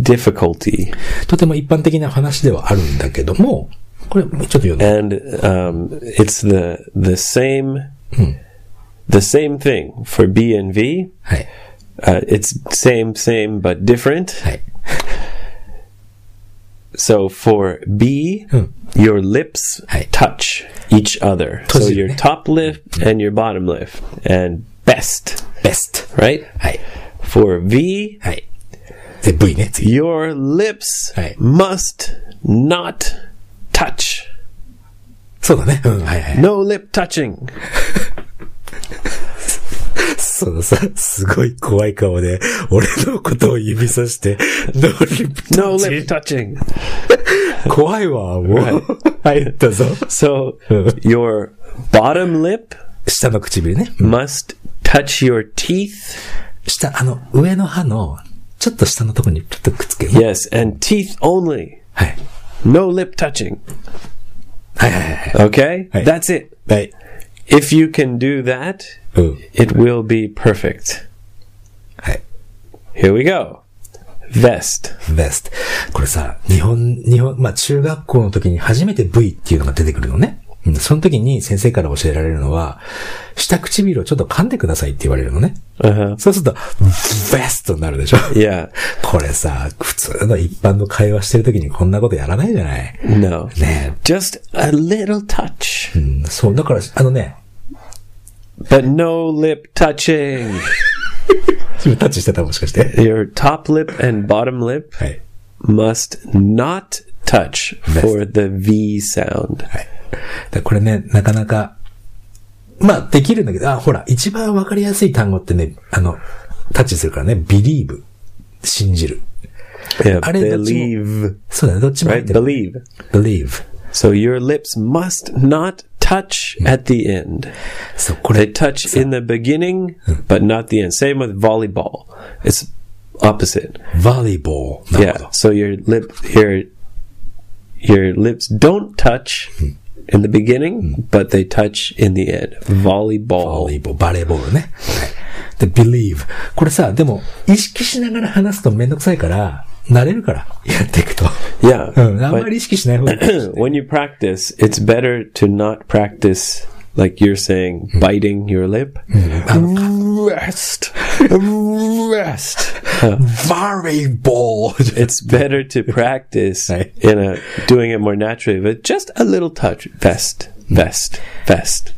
Speaker 2: difficulty.
Speaker 1: とても一般的な話ではあるんだけども、これ、ちょっと読んで。
Speaker 2: and um, it's the the same
Speaker 1: Hmm.
Speaker 2: the same thing for B and V.
Speaker 1: はい。
Speaker 2: Uh, it's same same but different.
Speaker 1: はい。
Speaker 2: So for B,
Speaker 1: Hmm.
Speaker 2: your lips
Speaker 1: Hey.
Speaker 2: touch each other.
Speaker 1: 閉
Speaker 2: So
Speaker 1: じるね。
Speaker 2: your top lip
Speaker 1: Hmm.
Speaker 2: and your bottom lip, and best,
Speaker 1: best.
Speaker 2: right?
Speaker 1: はい。
Speaker 2: For V,
Speaker 1: はい。で、V ね、次。
Speaker 2: your lips
Speaker 1: Hey.
Speaker 2: must not touch.
Speaker 1: そうだね。うん、はいはい。
Speaker 2: No lip touching.
Speaker 1: そのさ、すごい怖い顔で、俺のことを指さして、ノーリップ
Speaker 2: No lip touching.
Speaker 1: 怖いわ、もう。入ったぞ。
Speaker 2: So
Speaker 1: Hmm.
Speaker 2: your bottom lip
Speaker 1: 下の唇ね。
Speaker 2: must touch your teeth.
Speaker 1: 下、あの、上の歯の、ちょっと下のとこにちょっとくっつける。
Speaker 2: Yes, and teeth only.
Speaker 1: はい。
Speaker 2: No lip touching.
Speaker 1: はいはいはい。Hey.
Speaker 2: Okay? That's it.
Speaker 1: はい。
Speaker 2: If you can do that,
Speaker 1: うん。
Speaker 2: it will be perfect.
Speaker 1: Hey.
Speaker 2: Here we go. Vest.
Speaker 1: best. これさ、日本、日本、まあ、中学校の時に初めて V っていうのが出てくるのね。うんその時に先生から教えられるのは、下唇をちょっと噛んでくださいって言われるのね。
Speaker 2: Uh-huh.
Speaker 1: そうすると、best になるでしょ。
Speaker 2: Yeah.
Speaker 1: これさ、普通の一般の会話してる時にこんなことやらないじゃない。
Speaker 2: No.
Speaker 1: ね
Speaker 2: Just a little touch,
Speaker 1: え。うん、そう、だから、あのね、
Speaker 2: but no lip touching.
Speaker 1: 自分タッチしてたもしかして。
Speaker 2: Your top lip and bottom lip
Speaker 1: はい。
Speaker 2: must not touch for the V sound.
Speaker 1: はい。でこれね、なかなか、まあ、できるんだけど、あ、ほら、一番わかりやすい単語ってね、あの、タッチするからね、believe。信じる。
Speaker 2: Yeah,
Speaker 1: あれ、どっちも。
Speaker 2: believe,
Speaker 1: そうだね、どっちも入
Speaker 2: right?
Speaker 1: ってる。
Speaker 2: Believe.
Speaker 1: believe。
Speaker 2: So your lips must not touch at the end.
Speaker 1: そう、こ
Speaker 2: They
Speaker 1: れ、
Speaker 2: touch in the beginning, but not the end. Same with volleyball. It's opposite.
Speaker 1: volleyball。なるほ
Speaker 2: Yeah.
Speaker 1: ど。
Speaker 2: So your lip your your lips don't touch in the beginning, but they touch in the end.
Speaker 1: ー
Speaker 2: Volleyball.
Speaker 1: ボールバレーボールね。はいで、believe。これさ、でも、意識しながら話すとめんどくさいから、慣れるから、やっていくと。
Speaker 2: Yeah.
Speaker 1: うん、あんまり意識しない方がいい。
Speaker 2: But when you practice, it's better to not practice like you're saying, biting your lip. Rest. Rest. Uh,
Speaker 1: volleyball!
Speaker 2: it's better to practice
Speaker 1: Right.
Speaker 2: in a doing it more naturally, but just a little touch. Vest, vest, vest.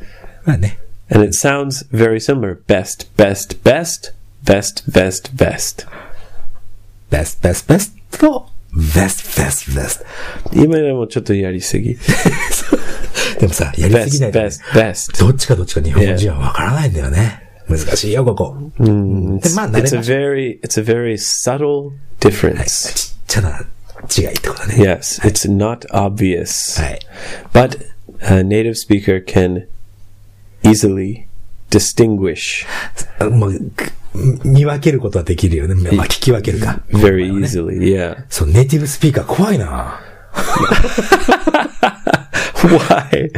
Speaker 1: まあね。
Speaker 2: And it sounds very similar. Best, best, best, best, best, best.
Speaker 1: best, best, best と、best, best, best.
Speaker 2: 今でもちょっとやりすぎ。
Speaker 1: でもさ、やりすぎな
Speaker 2: Best,
Speaker 1: いとね
Speaker 2: best, best.
Speaker 1: どっちかどっちか日本人はわからないんだよね。難しいよ、ここ。で、まあ、慣れま
Speaker 2: Mm, It's
Speaker 1: し
Speaker 2: a
Speaker 1: たちっ
Speaker 2: very, it's a very subtle difference.
Speaker 1: ちゃな違いってことね。
Speaker 2: Yes, it's not obvious,
Speaker 1: はい。
Speaker 2: but a native speaker can easily distinguish
Speaker 1: あもう、く見分けることはできるよね。まあ、聞き分けるか。
Speaker 2: very easily. Yeah.
Speaker 1: そう、ネイティブスピーカー怖いな
Speaker 2: Why?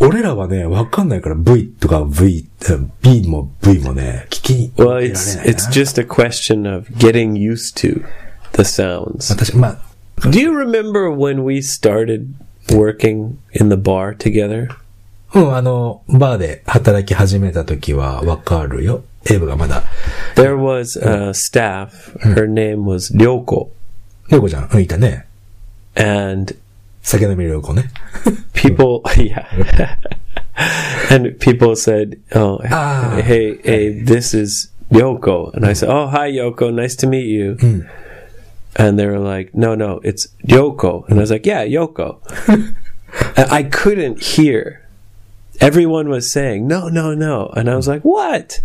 Speaker 1: 俺らはね、わかんないから V とか V、え B も V もね、聞きに入
Speaker 2: Well,
Speaker 1: れられ
Speaker 2: it's
Speaker 1: ないな
Speaker 2: it's just a question of getting used to the sounds.
Speaker 1: 私、まあ、
Speaker 2: Do you remember when we started working in the bar together?
Speaker 1: うん、あの、バーで働き始めた時はわかるよ。エイブがまだ。
Speaker 2: There was a staff. Her name was Ryoko,
Speaker 1: りょうこちゃん、うん、いたね。
Speaker 2: and
Speaker 1: 酒飲みりょうこね。
Speaker 2: people yeah and people said oh
Speaker 1: Ah.
Speaker 2: hey hey this is yoko and i said oh hi yoko nice to meet you and they were like no no it's yoko and i was like yeah yoko and i couldn't hear everyone was saying no no no and i was like what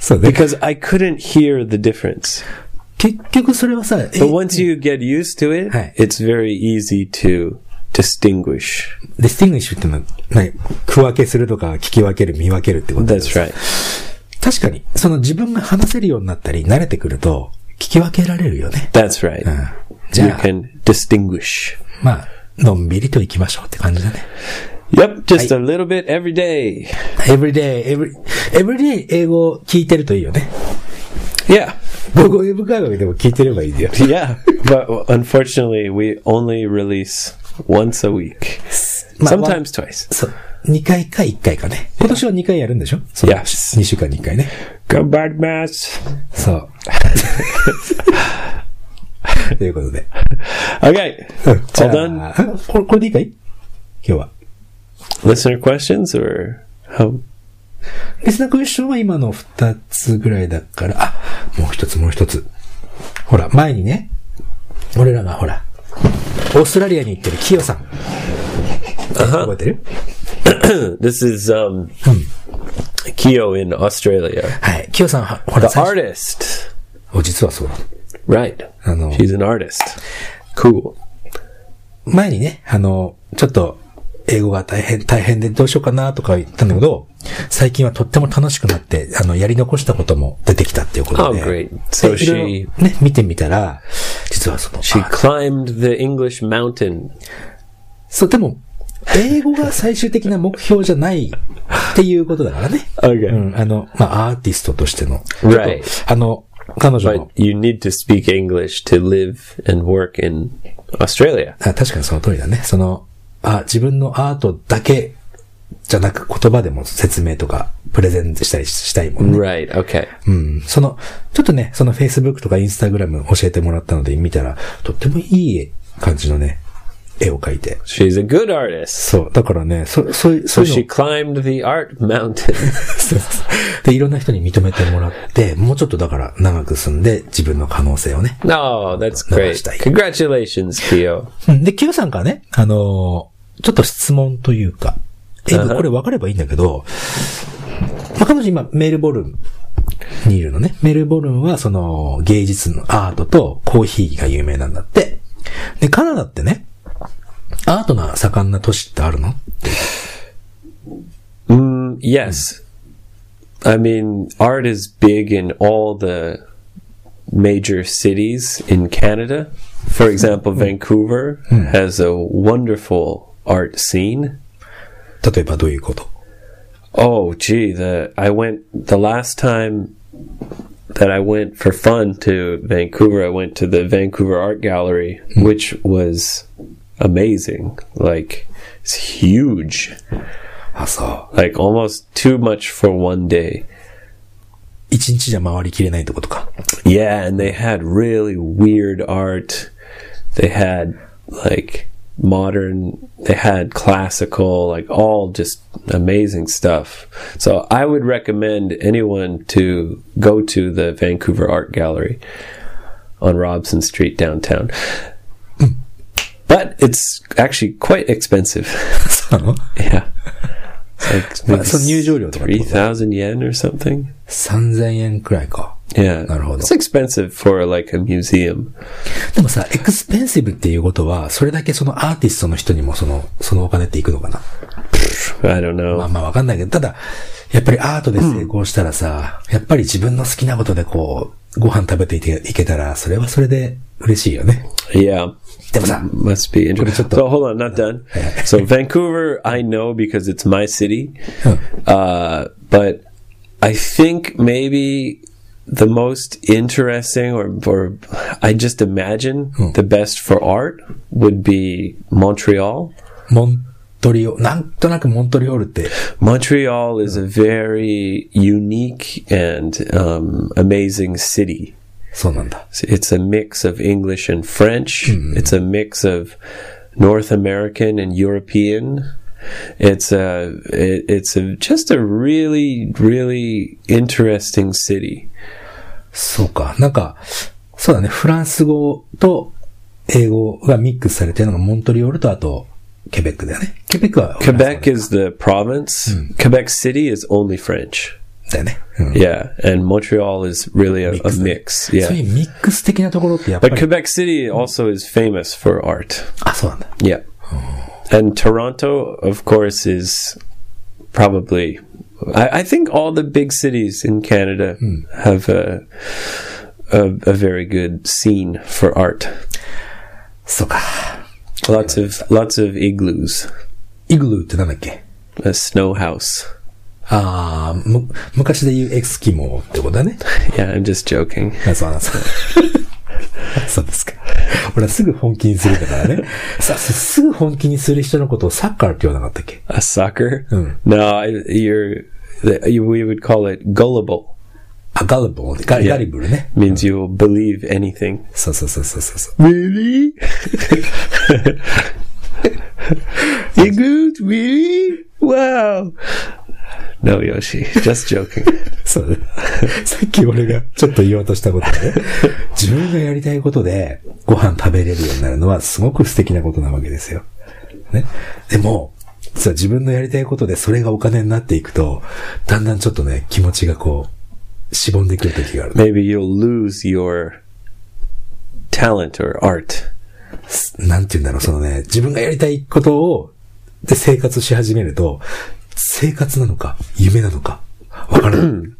Speaker 1: そうね。
Speaker 2: because i couldn't hear the difference
Speaker 1: 結局それはさ、
Speaker 2: but once you get used to it
Speaker 1: Hi.
Speaker 2: it's very easy to distinguish
Speaker 1: ディスティングイッシュってのは、何区分けするとか、聞き分ける、見分けるってことだよ
Speaker 2: that's right
Speaker 1: 確かに、その自分が話せるようになったり、慣れてくると、聞き分けられるよね。
Speaker 2: that's right
Speaker 1: うん。じ
Speaker 2: you
Speaker 1: ゃあ、
Speaker 2: can distinguish.
Speaker 1: まあ、のんびりと行きましょうって感じだね。
Speaker 2: Yep, just a little bit every day.
Speaker 1: everyday, every, everyday 英語を聞いてるといいよね。
Speaker 2: Yeah,
Speaker 1: 母語英語会話でも聞いてればいいんだよ。
Speaker 2: yeah. but unfortunately, we only release once a week,
Speaker 1: まあ、
Speaker 2: sometimes twice.
Speaker 1: そう。2回か1回かね。今年は2回やるんでしょそう
Speaker 2: Yes.
Speaker 1: 2週間に1回ね。
Speaker 2: Goodbye,
Speaker 1: そう。ということで。
Speaker 2: Okay,
Speaker 1: じゃあ
Speaker 2: done.
Speaker 1: これこれでいいかい今日は。
Speaker 2: listener questions or how?
Speaker 1: リスナークエスチョンは今の2つぐらいだから、あ、もう一つもう一つ。ほら、前にね、俺らがほら、オーストラリアに行ってるキヨさん。覚えてる
Speaker 2: This is um, Keo in Australia,
Speaker 1: はい。キヨさんは、ほら、
Speaker 2: the
Speaker 1: 最初
Speaker 2: artist.
Speaker 1: お実はそうなの
Speaker 2: Right,
Speaker 1: あの、
Speaker 2: she's an artist. Cool.
Speaker 1: 前にね、あの、ちょっと、英語が大変、大変でどうしようかなとか言ったんだけど、最近はとっても楽しくなって、あの、やり残したことも出てきたっていうことで。
Speaker 2: Oh, great. So
Speaker 1: でいろいろね、見てみたら、実はその、
Speaker 2: She
Speaker 1: あ
Speaker 2: climbed the English mountain.
Speaker 1: そう、でも、英語が最終的な目標じゃないっていうことだからね。
Speaker 2: Okay.
Speaker 1: うん、あの、まあ、アーティストとしての。
Speaker 2: Right.
Speaker 1: ちょっとあの、彼女の
Speaker 2: But、you need to speak English to live and work in Australia.
Speaker 1: あ確かにその通りだね。その、あ、自分のアートだけじゃなく言葉でも説明とかプレゼンしたりしたいもんね。
Speaker 2: Right, okay.
Speaker 1: うん。その、ちょっとね、その Facebook とか Instagram 教えてもらったので見たら、とってもいい感じのね、絵を描いて。
Speaker 2: She's a good artist.
Speaker 1: そう。だからね、そ、そういう、そ
Speaker 2: So
Speaker 1: ういうの
Speaker 2: she climbed the art mountain.
Speaker 1: そうそうそうで、いろんな人に認めてもらって、もうちょっとだから長く住んで自分の可能性をね。
Speaker 2: No, that's great.
Speaker 1: Namaste.
Speaker 2: Congratulations, Keo.
Speaker 1: うんで、Q さんからね、あのーちょっと質問というか、え、
Speaker 2: うん
Speaker 1: これ分かればいいんだけど、まあ、彼女今メルボルンにいるのね。メルボルンはその芸術のアートとコーヒーが有名なんだって。で、カナダってね、アートが盛んな都市ってあるの
Speaker 2: Mm, yes. I mean, art is big in all the major cities in Canada. For example, Vancouver has a wonderful art scene.
Speaker 1: 例えばどういうこと
Speaker 2: Oh, gee, the I went the last time that I went for fun to Vancouver, I went to the Vancouver Art Gallery, which was amazing. Like it's huge.
Speaker 1: あ、そう。
Speaker 2: Like almost too much for one day.
Speaker 1: 一日じゃ回りきれないってことか。
Speaker 2: Yeah, and they had really weird art. They had like modern, they had classical, like all just amazing stuff. So I would recommend anyone to go to the Vancouver Art Gallery on Robson Street downtown. But it's actually quite expensive.
Speaker 1: そうなの
Speaker 2: yeah. It's like
Speaker 1: まあ、その入場料とかってこと
Speaker 2: 3,000 yen or something.
Speaker 1: 3000円くらいか。
Speaker 2: Yeah.
Speaker 1: なるほど。
Speaker 2: It's expensive for like a museum.
Speaker 1: でもさ、エクスペンシブっていうことは、それだけそのアーティストの人にもその、そのお金っていくのかな
Speaker 2: I don't know.
Speaker 1: まあまあわかんないけど、ただ、やっぱりアートで成功したらさ、やっぱり自分の好きなことでこう、ご飯食べていけいけたら、それはそれで嬉しいよね。
Speaker 2: yeah.
Speaker 1: でもさ、
Speaker 2: Must be interesting.
Speaker 1: これちょっと-
Speaker 2: So hold on, not done. so Vancouver, I know because it's my city. Uh, but I think maybe the most interesting, or, or I just imagine the best for art would be Montreal.
Speaker 1: モントリオ、なんとなくモントリオールって、
Speaker 2: Montreal is a very unique and um, amazing city.
Speaker 1: そうなんだ。
Speaker 2: It's a mix of English and French. It's a mix of North American and European. It's a it, it's a just a really really interesting city.
Speaker 1: そうか。なんか、そうだね、フランス語と英語がミックスされてるのがモントリオールとあと、ケベックだよね。ケベックは、
Speaker 2: Quebec is the province. Quebec City is only French.
Speaker 1: だよね。うん
Speaker 2: Yeah, and Montreal is really a, a mix.
Speaker 1: そう
Speaker 2: Yeah,
Speaker 1: いうミックス的なところってやっぱ
Speaker 2: but
Speaker 1: り、
Speaker 2: Quebec City also is famous for art.
Speaker 1: あ、そうなんだ。
Speaker 2: Yeah. And Toronto, of course, is probably. I, I think all the big cities in Canada have a, a a very good scene for art.
Speaker 1: そうか。
Speaker 2: Lots of lots of igloos,
Speaker 1: イグルーってなんだっけ
Speaker 2: a snow house.
Speaker 1: ああ、む、昔で言うエスキ モーってことだね。
Speaker 2: Yeah, I'm just joking.
Speaker 1: あそうなんですか。そうですか。ほら、すぐ本気にするんだからね。 さ、すぐ本気にする人のことをサッカーって言わなかったっけ
Speaker 2: A sucker?
Speaker 1: Hmm.
Speaker 2: No, I, you're. The, you, we would call it gullible.
Speaker 1: あ、ガルボーね。ガ
Speaker 2: Yeah.
Speaker 1: ガリブルね。
Speaker 2: Means you will believe anything.
Speaker 1: そうそうそうそうそうそう。
Speaker 2: Really? Igloo? Really? Wow. No, Yoshi. Just joking.
Speaker 1: そうね。 さっき俺がちょっと言おうとしたことで、ね、自分がやりたいことでご飯食べれるようになるのはすごく素敵なことなわけですよ。ね。でも、実は自分のやりたいことでそれがお金になっていくと、だんだんちょっとね、気持ちがこう、しぼんでくる時があるね。
Speaker 2: Maybe you'll lose your talent or art.
Speaker 1: なんて言うんだろう、そのね、自分がやりたいことを、で生活し始めると、生活なのか、夢なのか、わからない。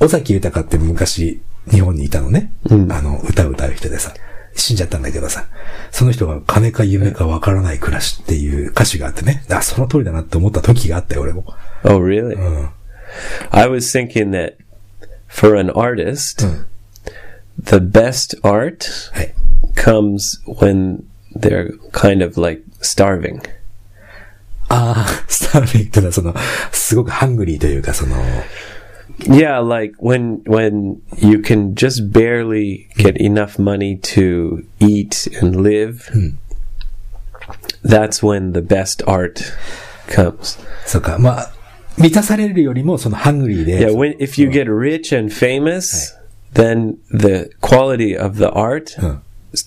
Speaker 1: 尾崎豊って昔、日本にいたのね。あの、歌を歌う人でさ、死んじゃったんだけどさ、その人が金か夢かわからない暮らしっていう歌詞があってね、あ、その通りだなって思った時があったよ、俺も。
Speaker 2: Oh, really?
Speaker 1: うん。
Speaker 2: I was thinking that for an artist,
Speaker 1: Mm.
Speaker 2: the best art
Speaker 1: はい。
Speaker 2: comes when they're kind of like starving.
Speaker 1: ああ、スターフィンってのはその、すごくハングリーというか、その、
Speaker 2: Yeah, like when when you can just barely get enough money to eat and live. That's when the best art comes.
Speaker 1: そうか、まあ、満たされるよりも、そのハングリーで
Speaker 2: Yeah, when if you get rich and famous, then the quality of the art
Speaker 1: Huh.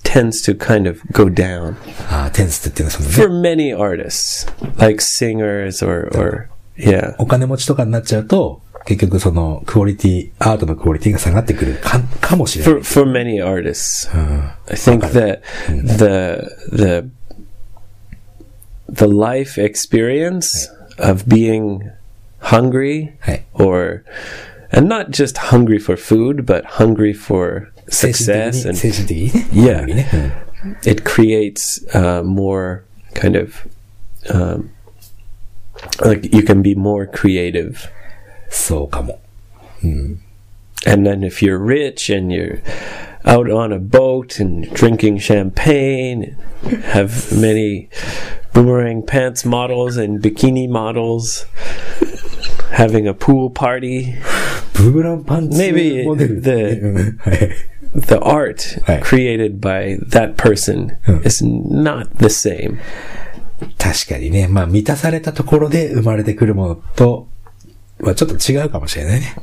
Speaker 2: tends to kind of go down
Speaker 1: ああ、テンスっていうのはそのね、
Speaker 2: for many artists, like singers or or yeah.
Speaker 1: お金持ちとかになっちゃうと、結局そのクオリティ、アートのクオリティが下がってくるか、かもしれない。
Speaker 2: For for many artists,
Speaker 1: うん、
Speaker 2: I think that the the the life experience of being hungry
Speaker 1: はい。
Speaker 2: or and not just hungry for food but hungry for
Speaker 1: 精神
Speaker 2: success
Speaker 1: 的に、
Speaker 2: and
Speaker 1: 精神的にね。
Speaker 2: Yeah.
Speaker 1: よりね。うん、
Speaker 2: it creates uh, more kind of um, like you can be more creative
Speaker 1: そうかも。
Speaker 2: and then if you're rich and you're out on a boat and drinking champagne have many boomerang pants models and bikini models having a pool party
Speaker 1: ブーブランパンツ
Speaker 2: Maybe
Speaker 1: モデル。
Speaker 2: the-
Speaker 1: うんはい。
Speaker 2: the art
Speaker 1: Right.
Speaker 2: created by that person is not the same
Speaker 1: 確かにね、まあ満たされたところで生まれてくるものと、はちょっと違うかもしれないね。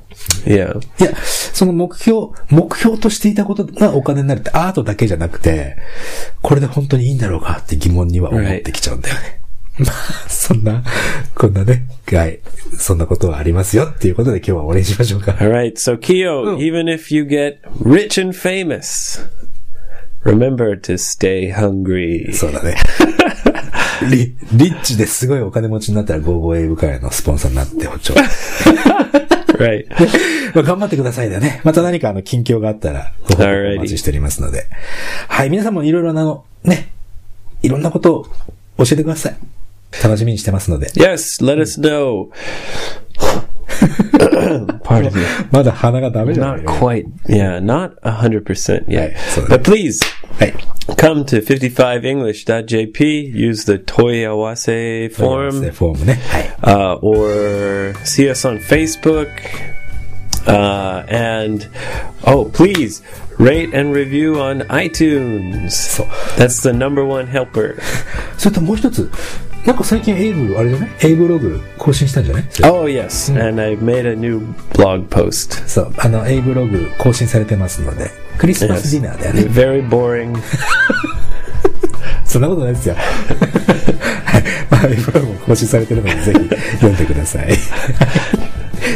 Speaker 2: yeah
Speaker 1: いや、その目標、目標としていたことがお金になるってアートだけじゃなくて、これで本当にいいんだろうかって疑問には思ってきちゃうんだよね。 まあ、そんな、こんなね、はい、そんなことはありますよっていうことで今日は終わりにしましょうか。
Speaker 2: All right, so Keo, even if you get rich and famous, remember to stay hungry.
Speaker 1: そう だね。リ、リッチですごいお金持ちになったらゴーゴーエイブ会のスポンサーになってほしい。
Speaker 2: Right.
Speaker 1: まあ、頑張ってくださいだね。また何かあの、近況があったら、ご報告お待ちしておりますので。はい、皆さんもいろいろなの、ね、いろんなことを教えてください。楽しみにしてますので。
Speaker 2: Yes, let us know. Pardon me.
Speaker 1: まだ鼻がダメじゃない
Speaker 2: Not
Speaker 1: よ。
Speaker 2: quite. Yeah, not 100%
Speaker 1: Right,
Speaker 2: yet.
Speaker 1: so-
Speaker 2: but please
Speaker 1: はい。
Speaker 2: come to 55english.jp, use the Toyawase
Speaker 1: フォ
Speaker 2: form,
Speaker 1: ームね。はい。
Speaker 2: uh, or see us on Facebook. Uh, and oh, please rate and review on iTunes.
Speaker 1: そう。
Speaker 2: That's the number one helper.
Speaker 1: それともう一つ、なんか最近英語、あれじゃない英語ログ更新したんじゃない
Speaker 2: Oh, yes. And I made a new blog post.
Speaker 1: そう。あの、英語ログ更新されてますので。クリスマスディナーだよね。
Speaker 2: Very boring.
Speaker 1: そんなことないですよ。 はい。まあ、英語ログも更新されてるので、ぜひ読んでください。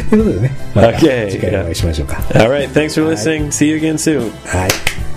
Speaker 1: ということでね、また
Speaker 2: Okay.
Speaker 1: 次回お会いしましょうか。
Speaker 2: All right. Thanks for listening. See you again soon.
Speaker 1: はい。